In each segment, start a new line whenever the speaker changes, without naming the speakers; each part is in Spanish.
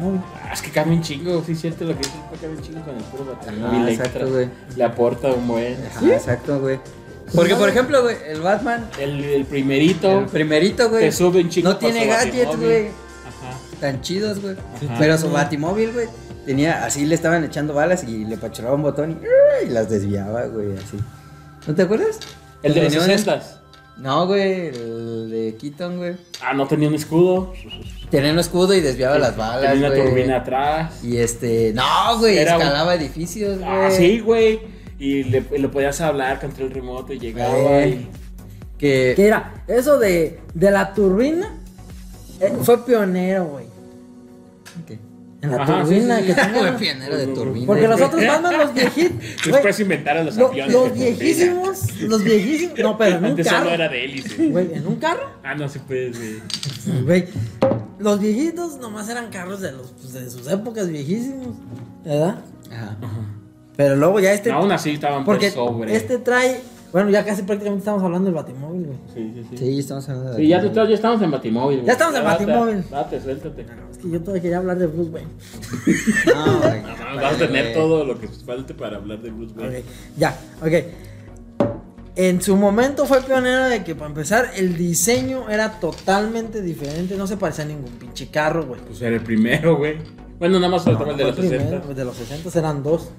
No, ah, es que cambia un chingo, sí, es cierto lo que dices, cambia un chingo con el puro Batman.
Ajá,
y
Ah, exacto, güey.
Le aporta un buen.
Ajá,
¿Sí? Pues
Exacto, güey. Porque, por ejemplo, güey, el Batman,
El, el primerito
el primerito, güey,
te sube un chingo.
no
por
tiene
su
gadgets,
batimóvil.
güey,
Ajá.
tan chidos, güey.
Ajá.
Pero su batimóvil, güey, tenía, así le estaban echando balas y le pachuraba un botón y, y las desviaba, güey, así. ¿No te acuerdas?
El de los
Tenía un es-
60
No, güey, el de Keaton, güey.
Ah, no tenía un escudo.
Tenía un escudo y desviaba las balas,
tenía una
güey.
turbina atrás.
Y este, no, güey,
Era un-
escalaba edificios, güey.
Ah, sí, güey. Y le, lo podías hablar contra el remoto y llegaba.
Güey.
Y...
Que
Que era, Eh, eso de, de la turbina eh, fue pionero, güey.
¿Qué?
En la
Ajá, sí,
turbina que tenía.
Fue pionero de turbina.
Porque los otros Batman, los
Después
viejitos.
inventaron los aviones.
los
de
viejísimos, los viejísimos. No, pero
turbina.
en un
Antes solo
carro.
era de hélice.
Güey, en un carro.
Ah, no se puede, güey.
Güey, los viejitos nomás eran carros de, los, pues, de sus épocas viejísimos, ¿verdad?
Ajá.
Pero luego ya este.
No, aún así estaban por
porque
sobre.
este trae. Bueno, ya casi prácticamente estamos hablando del Batimóvil, güey.
Sí, sí, sí.
Sí, estamos hablando de.
Sí, ya, tú- ya estamos en Batimóvil. güey.
Ya estamos en
date,
Batimóvil. pues,
Date, suéltate.
Es que yo todavía quería hablar de Bruce Wayne.
No, güey.
No, no, vas a tener todo lo que falte para hablar de Bruce Wayne.
Ok, ya, ok. En su momento fue pionero de que, para empezar, el diseño era totalmente diferente. No se parecía a ningún pinche carro, güey.
Pues era el primero, güey. Bueno, nada más faltaba el de
Fue
los
primero,
60.
pues, de los 60 eran dos.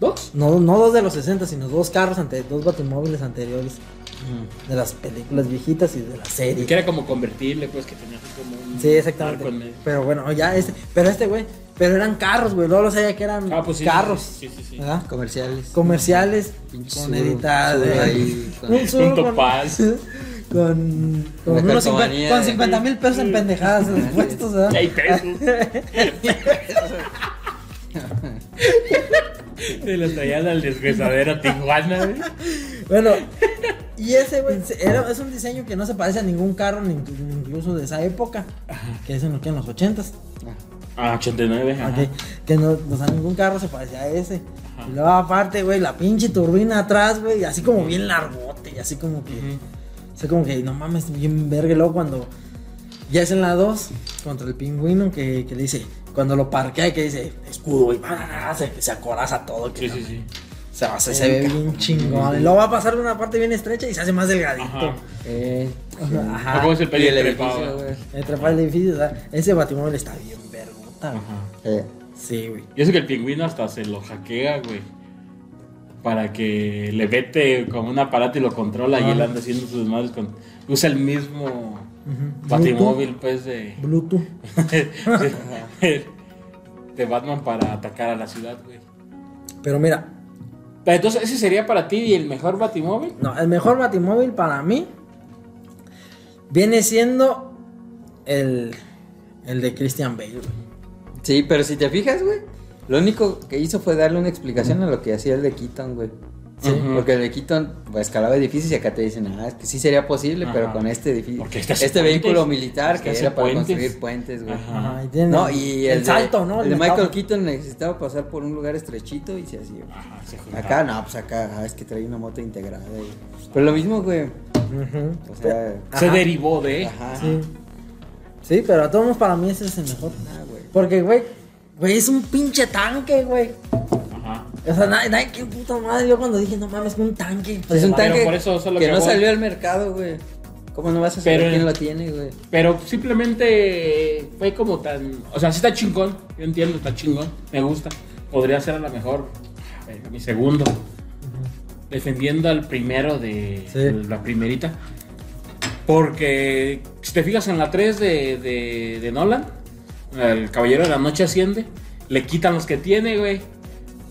¿Dos?
No, no dos de los 60, sino dos carros, ante, dos batimóviles anteriores.
Mm.
De las películas viejitas y de la
Y
serie.
que era como convertible, pues, que tenía así como un...
Sí, exactamente.
arco en medio.
Pero bueno, ya este. Pero este, güey. Pero eran carros, güey. Luego lo sabía que eran
Ah, pues sí.
carros. Ah.
Sí, sí, sí.
¿verdad?
Eh, Comerciales.
Comerciales.
Pinche
con
Subaru,
editadas.
Subaru
güey.
ahí, con-
Un Subaru
Un
con-
topaz.
Con, con
Una
unos cincuenta-
calcomanía,
con
eh.
50 mil pesos en pendejadas en los puestos, ¿verdad?
Hay pesos. Se los traían al desgresadero a Tijuana, güey.
Bueno, y ese, güey, se- era- es un diseño que no se parece a ningún carro, ni inclu- ni incluso de esa época, que es en, lo que en los 80s.
Ah, 89, ajá.
ok, Que no, o sea, ningún carro se parecía a ese. Y luego, aparte, güey, la pinche turbina atrás, güey, así como bien largote, y así como que. Así como que, no mames, bien verga. Y luego, cuando ya es en la 2, contra el pingüino, que, que le dice, cuando lo parquea, que dice, escudo, güey, ¡ah! se, se acoraza todo.
Sí,
Que no
sí, sí.
Se va a hacer
Se ve bien chingón. Y luego va a pasar una parte bien estrecha y se hace más delgadito.
Ajá.
Eh.
Ajá.
Ah, ¿Cómo es
Y
el
el
peli
edificio,
trepado?
güey.
Atrapar el edificio, o sea, ese batimóvil está bien vergota. güey.
Ajá.
Eh.
Sí, güey.
Y eso que el pingüino hasta se lo hackea, güey. Para que le vete con un aparato y lo controla y él anda haciendo sus madres con... Usa el mismo batimóvil, pues, de...
Bluetooth.
de- de Batman para atacar a la ciudad, güey.
Pero mira,
Pero Entonces, ¿ese sería para ti el mejor batimóvil?
no, el mejor batimóvil para mí viene siendo el, el de Christian Bale, güey.
Sí, pero si te fijas, güey, lo único que hizo fue darle una explicación a lo que hacía el de Keaton, güey. Sí,
Ujú.
porque el de Keaton pues, escalaba edificios y acá te dicen, ah, es que sí sería posible, pero
Ajá.
con este edificio,
Porque este hace
este
puentes,
vehículo militar
este
que
hace
era para
puentes.
construir puentes, güey.
Ajá.
Ajá, y tiene
No, y el, de-
salto, ¿no?
El de Michael
metado.
Keaton necesitaba pasar por un lugar estrechito y se hacía.
Ajá, se juntaba.
Acá, no, pues acá, ah, es que trae una moto integrada. güey. Pero lo mismo, güey.
Ujú.
O sea,
Se
Ajá.
derivó de...
ajá.
Sí. Sí, pero a todos modos para mí ese es el mejor.
Ah, güey.
Porque, güey, güey, es un pinche tanque, güey.
Ajá.
O sea, nadie, nadie, qué puta madre. Yo cuando dije, no mames, un tanque. pues
Es un
Pero
tanque
por eso, eso es lo
que,
que
no
voy.
salió al mercado, güey. ¿Cómo no vas a saber
Pero-
quién lo tiene, güey?
Pero simplemente fue como tan. O sea, sí está chingón. Yo entiendo, está chingón. Me gusta. Podría ser a lo mejor eh, mi segundo. Defendiendo al primero de
Sí.
de la primerita. Porque si te fijas en la 3 de, de, de Nolan, el Caballero de la Noche asciende. Le quitan los que tiene, güey.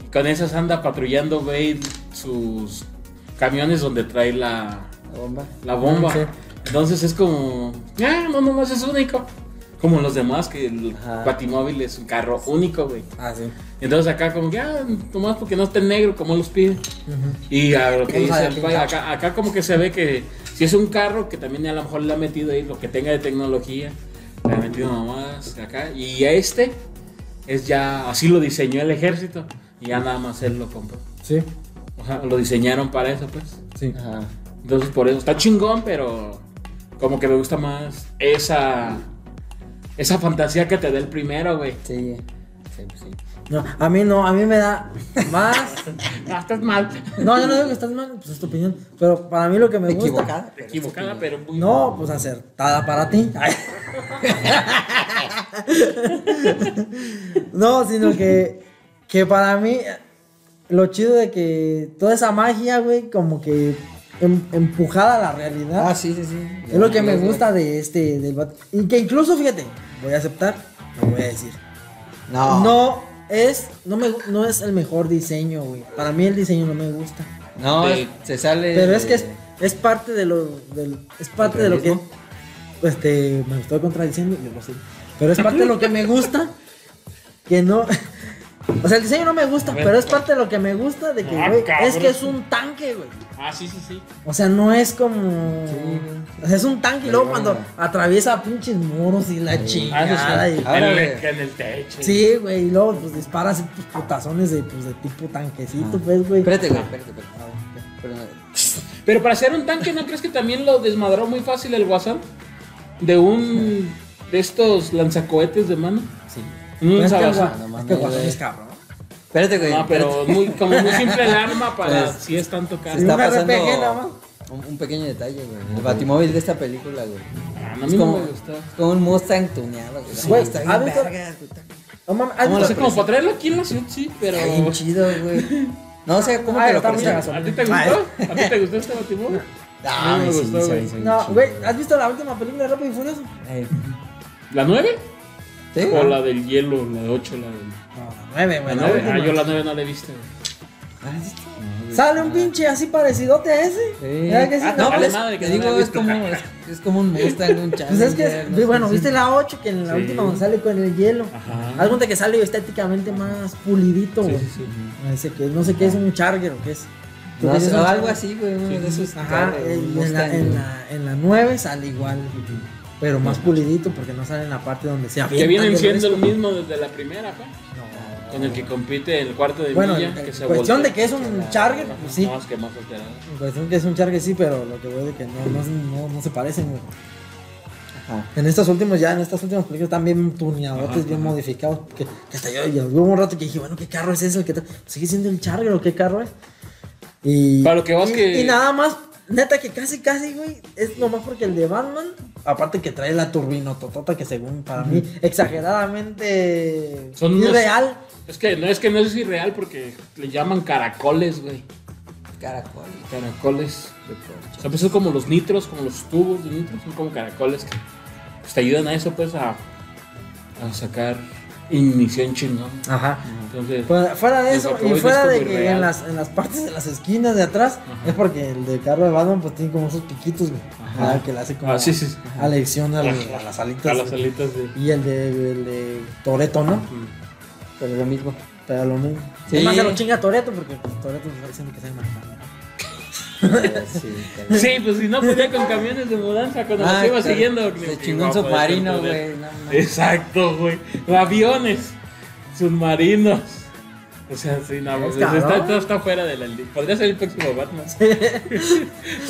Y con esas anda patrullando, güey, sus camiones donde trae la,
La bomba.
la bomba.
Sí.
Entonces es como, ah, no, nomás es único. Como los demás, que el
Ajá.
batimóvil es un carro único, güey.
Ah, sí.
Entonces acá como que, ah, nomás porque no esté negro, como los piden. Y a lo que
Vamos a
dice el
ver,
güey,
pintar.
acá, acá como que se ve que si es un carro que también a lo mejor le ha metido ahí lo que tenga de tecnología, le ha metido nomás acá. Y a este es ya, así lo diseñó el ejército y ya nada más él lo compró.
Sí,
O sea, lo diseñaron para eso, pues.
sí.
Ajá.
Entonces por eso está chingón, pero como que me gusta más esa esa fantasía que te da el primero, güey.
Sí, sí, pues sí.
No, a mí no, a mí me da más.
Ah, estás mal.
No, yo no digo que estás mal, pues es tu opinión. Pero para mí lo que me gusta.
Equivocada. pero
Equivocada, pero muy
No, pues acertada para ti. Ay. no, sino que, que para mí lo chido de que toda esa magia, güey, como que em- empujada a la realidad.
Ah, sí, sí, sí.
Es lo que me gusta de este, del vato. Y que incluso, fíjate, voy a aceptar, lo voy a decir.
No.
No es, no me, no es el mejor diseño, güey. Para mí el diseño no me gusta.
No,
De-
es- se sale.
Pero
Eh,
es que es, es parte de lo, del- es parte de lo que,
realismo?
este, me estoy contradiciendo, yo lo sé. Pero es parte de lo que me gusta, que no, o sea, el diseño no me gusta,
ver.
pero es parte de lo que me gusta de que,
Ah,
güey,
cabrón.
es que es un tanque, güey.
Ah, sí, sí, sí.
O sea, no es como.
Sí.
O sea, es un tanque y luego
Pero-
cuando atraviesa pinches muros y la
Ah, eso sí.
chingada. y-
Ah,
en, el,
Ahora,
en el techo.
Sí, güey. Y luego pues dispara así pues, putazones de, pues, de tipo
Ah.
tanquecito, pues, güey.
Espérate, güey, espérate, espérate. Perdón.
Pero para hacer un tanque, ¿no crees que también lo desmadró muy fácil el guasán? De un. de estos lanzacohetes de mano.
Sí.
Un
Pero es que el
sabazón.
gua-
no
es
mames,
que el guasón
güey.
es cabrón.
Espérate, güey.
No, pero
espérate.
muy, como muy simple el arma para
Pues,
si es tanto
Se
caro.
está
un RPG nada más.
pasando un, un pequeño detalle, güey. El batimóvil de esta película, güey.
Ah, no, a
Es
mí no
como,
me gustó.
es como un Mustang tuneado, güey.
Güey,
está
¿ha
bien
visto-
verga, puta.
No mames, ¿has
¿Cómo
No
la
sé,
visto?
como para traerlo aquí en la ciudad, sí, pero.
Está bien chido, güey. No sé cómo
Ah,
te lo
está muy
presentan?
chido.
¿A ti te gustó? ¿A ti te gustó este batimóvil?
Ah,
No me
sí,
gustó,
sí,
güey.
sí, sí,
No,
chido,
güey, ¿has visto la última película de Rápido y Furioso?
Eh,
¿La 9?
¿Sí?
O la del hielo, la de 8, la del.
No, nueve,
La
güey. la
nueve? Ah,
última.
yo la 9 no la he visto. güey.
Ah, sí está.
Sale un pinche así parecidote a ese.
Sí.
¿Verdad que sí?
Ah,
No,
A la
pues,
madre que
te
no la
digo,
he
es
visto.
como, es, es como un Mustang, un
Pues es que,
Challenger.
vi-
no
bueno,
sé.
viste la 8 que en la
Sí.
última donde sale con el hielo.
Ajá.
Haz cuenta que sale estéticamente más pulidito, güey. Ese que no sé qué es un charger o qué es.
No,
Porque
sé,
es pues un
o algo
charger.
así, güey, uno
Sí,
de
sí,
esos.
Ajá,
carros,
en,
un
en la,
Mustang,
en,
güey.
la, en la 9 sale igual, pero más pulidito porque no sale en la parte donde se avienta.
Que vienen siendo el mismo desde la primera, pa. Con el que compite el cuarto de
Bueno,
milla.
en-
que
en
se
cuestión
voltea.
de que es un charger,
Ajá,
pues sí.
No, es que más alterado.
En cuestión que es un charger, sí, pero lo que veo de que no, no, no, no se parecen, güey.
Ajá.
En estos últimos, ya en estas últimas películas están bien tuneadotes,
Ah. Ajá,
bien
ajá.
modificados. Que, que hasta yo, yo hubo un rato que dije, bueno, ¿qué carro es ese? ¿Qué tal? ¿Sigue siendo el Charger o qué carro es? Y,
Para lo que vas
y-
que-
y nada más, neta que casi, casi, güey, es nomás porque el de Batman, aparte que trae la turbino totota que según para mí, exageradamente
Son unos-
irreal.
Es que no es que no es irreal porque le llaman caracoles, güey.
Caracol.
Caracoles.
de corcho.
O sea, pues son como los nitros, como los tubos de nitros, son como caracoles que pues, te ayudan a eso, pues, a, a sacar ignición chingón.
Ajá.
Entonces,
Fuera, Pues, fuera de
Los
eso, y
Backstreet
fuera
Boys
de
es como
que
irreal.
en las, en las partes de las esquinas de atrás, es porque el de carro de Batman pues tiene como esos piquitos, güey.
Ajá.
Ah, Que le hace como
Ah, sí, sí, sí.
alección al-
Ajá.
a las alitas.
a las
güey.
alitas de.
Y el de, el de Toreto, ¿no?
Pero lo mismo.
Pero lo mismo.
Sí.
Es más, se lo chinga Toreto porque pues, Toreto está diciendo que se manejar.
Ah, Sí, claro.
Sí, pues si no podía con camiones de mudanza cuando
Ah,
nos iba
claro.
siguiendo.
Se
ni- ni
chingó un
iba a poder
submarino,
controlar.
güey, no mames.
Exacto, güey. Aviones, submarinos. O sea, sí, no, pues,
cabrón.
está, está, está fuera de la lista. Podría ser el próximo Batman.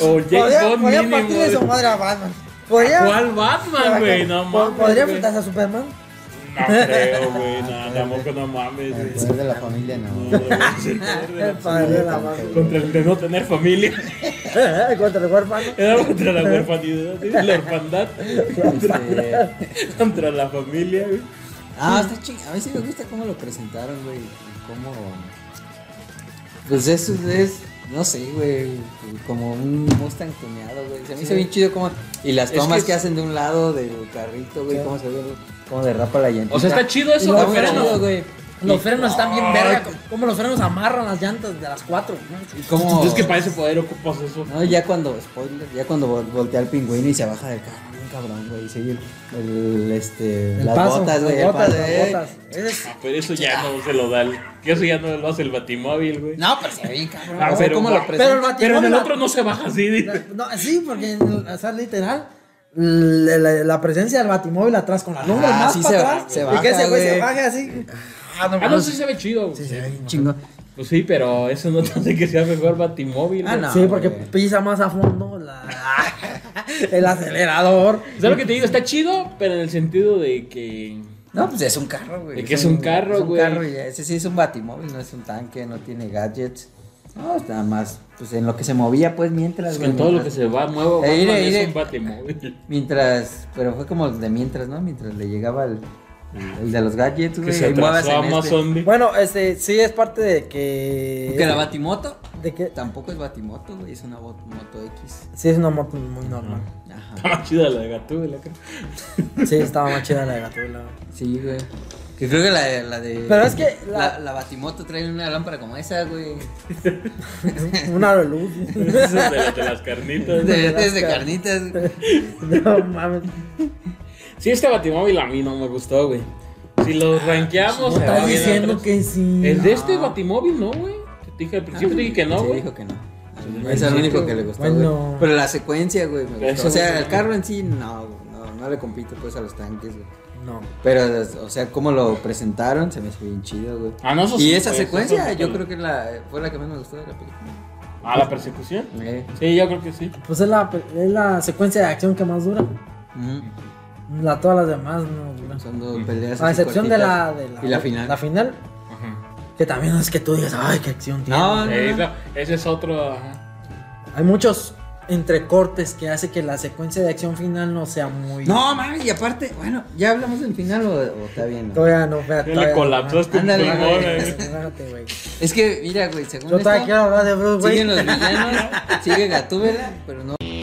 o James
Podría,
Bond
podría partirle su
mínimo.
madre a Batman. Podría.
¿Cuál Batman, güey? No
po-
mames.
Podría
güey.
enfrentarse a Superman.
No creo, güey. No, tampoco no mames.
El
güey.
poder de la familia, no.
No, güey, es el poder de
El
la-
padre de Eh, la Eh, Batman.
Contra el de no tener familia.
Contra el huérfano.
Era contra la huerfanidad, ¿sí? la orfandad. Contra, contra la familia, güey.
Este, Ah, está chingado. A mí sí me gusta cómo lo presentaron, güey. y Cómo. Pues eso es. No sé, güey. Como un Mustang tuneado, güey. Se me hizo bien chido cómo. Y las
Es
tomas
que-
que, hacen de un lado del carrito, güey. Cómo se ve, cómo derrapa la llanta.
O sea, está chido eso,
Está
güey,
muy
pero no.
chido, güey.
Los frenos están bien verga.
Ay.
Como los frenos amarran las llantas de las cuatro. ¿no?
Y cómo-
Entonces, que para ese poder ocupas eso.
No, ya cuando, spoiler, ya cuando vol- voltea el pingüino y se baja del carro, bien cabrón, güey. Y sigue el, el, este,
El
las
paso,
botas, güey.
Las
el
botas,
paso,
las
eh.
botas. Ese es-
Ah, pero eso ya no se lo da. el- Que eso ya no lo hace el batimóvil, güey.
No, pero se ve bien cabrón.
Ah,
O sea,
pero
¿Cómo
guau.
lo
Pero el
presenta?
batimóvil.
Pero en el
la-
otro no se baja así. dice.
la- no, sí, porque en- o sea, literal. La, la- la presencia del batimóvil atrás con la lumbre
Ah,
más
sí
para
se-
atrás.
se
y que ese
baja,
güey se
güey.
baje así. Ah,
Ah, no, sí se ve chido. güey.
Se ve bien chingón.
Pues sí, pero eso no te hace que sea mejor Batimóvil.
Ah,
güey.
no,
sí, porque
güey.
pisa más a fondo la- el acelerador.
¿Sabes lo que te digo? Está chido, pero en el sentido de que.
No, pues es un carro, güey.
¿De qué es un carro,
es un
güey?
carro y ese sí es un batimóvil, no es un tanque, no tiene gadgets. No, pues nada más, pues en lo que se movía, pues mientras,
Es que
güey,
en todo lo que
mientras-
se va, muevo,
Eh,
Batman
ire, ire.
es un Batimóvil.
Mientras, pero fue como de mientras, ¿no? Mientras le llegaba el, el de los gadgets,
Que
güey.
se
ahí muevas
atrasó
en este.
Amazon. güey.
Bueno, este, sí es parte de que.
Que la batimoto
De que.
tampoco es batimoto, güey, es una bot- moto X.
Sí, es una moto muy normal.
Está
Ajá.
más chida la de Gatúbela, creo.
Sí, estaba más chida la de Gatula.
Sí, güey. Que creo que la de, la de.
Pero es que
La,
la-
la batimoto trae una lámpara como esa, güey.
Un aro de luz.
Esas de, las- de las carnitas. güey.
De, de, de
car-
carnitas. güey.
No mames.
Sí, este Batimóvil a mí no me gustó, güey. Si
Ah,
lo rankeamos, se va
Estás
bien
diciendo
atrás.
que sí.
El de este Batimóvil no, güey. Te dije al principio dije Pues que no,
Ah, Sí,
güey.
dijo que no.
Pues,
Es el
sí,
único
güey.
que le gustó,
Bueno.
güey. Pero la secuencia, güey, me gustó.
Eso,
O sea,
güey.
el carro en sí, no, güey, no, no le compite, pues, a los tanques, güey.
No.
Pero, o sea, cómo lo presentaron, se me hizo bien chido, güey.
Ah, no, eso
Y
sí,
esa
pues,
secuencia,
eso-
yo creo que la, fue la que más me gustó de la película.
Ah, la persecución.
Eh,
Sí, yo creo que sí.
Pues es la, es la secuencia de acción que más dura.
ujú.
La, todas las demás no duran.
Son
Mm.
dos peleas.
A
así
excepción de la, de
cortitas. Y la final.
La final,
Ajá.
que también es que tú digas, ay, qué acción tiene.
No, no, no.
Esa- ese es otro. ajá.
Hay muchos entrecortes que hace que la secuencia de acción final no sea muy.
No, mami, y aparte, bueno, ¿ya hablamos del final o, o está bien? no?
Todavía no, espérate.
Ya le este colapsaste un
Ándale,
pulmón,
güey.
eh.
Relájate, güey.
Es que, mira, güey, según
Yo todavía
esto,
quiero hablar de Bruce,
siguen
güey.
los villanos, sigue Gatúbela, pero no...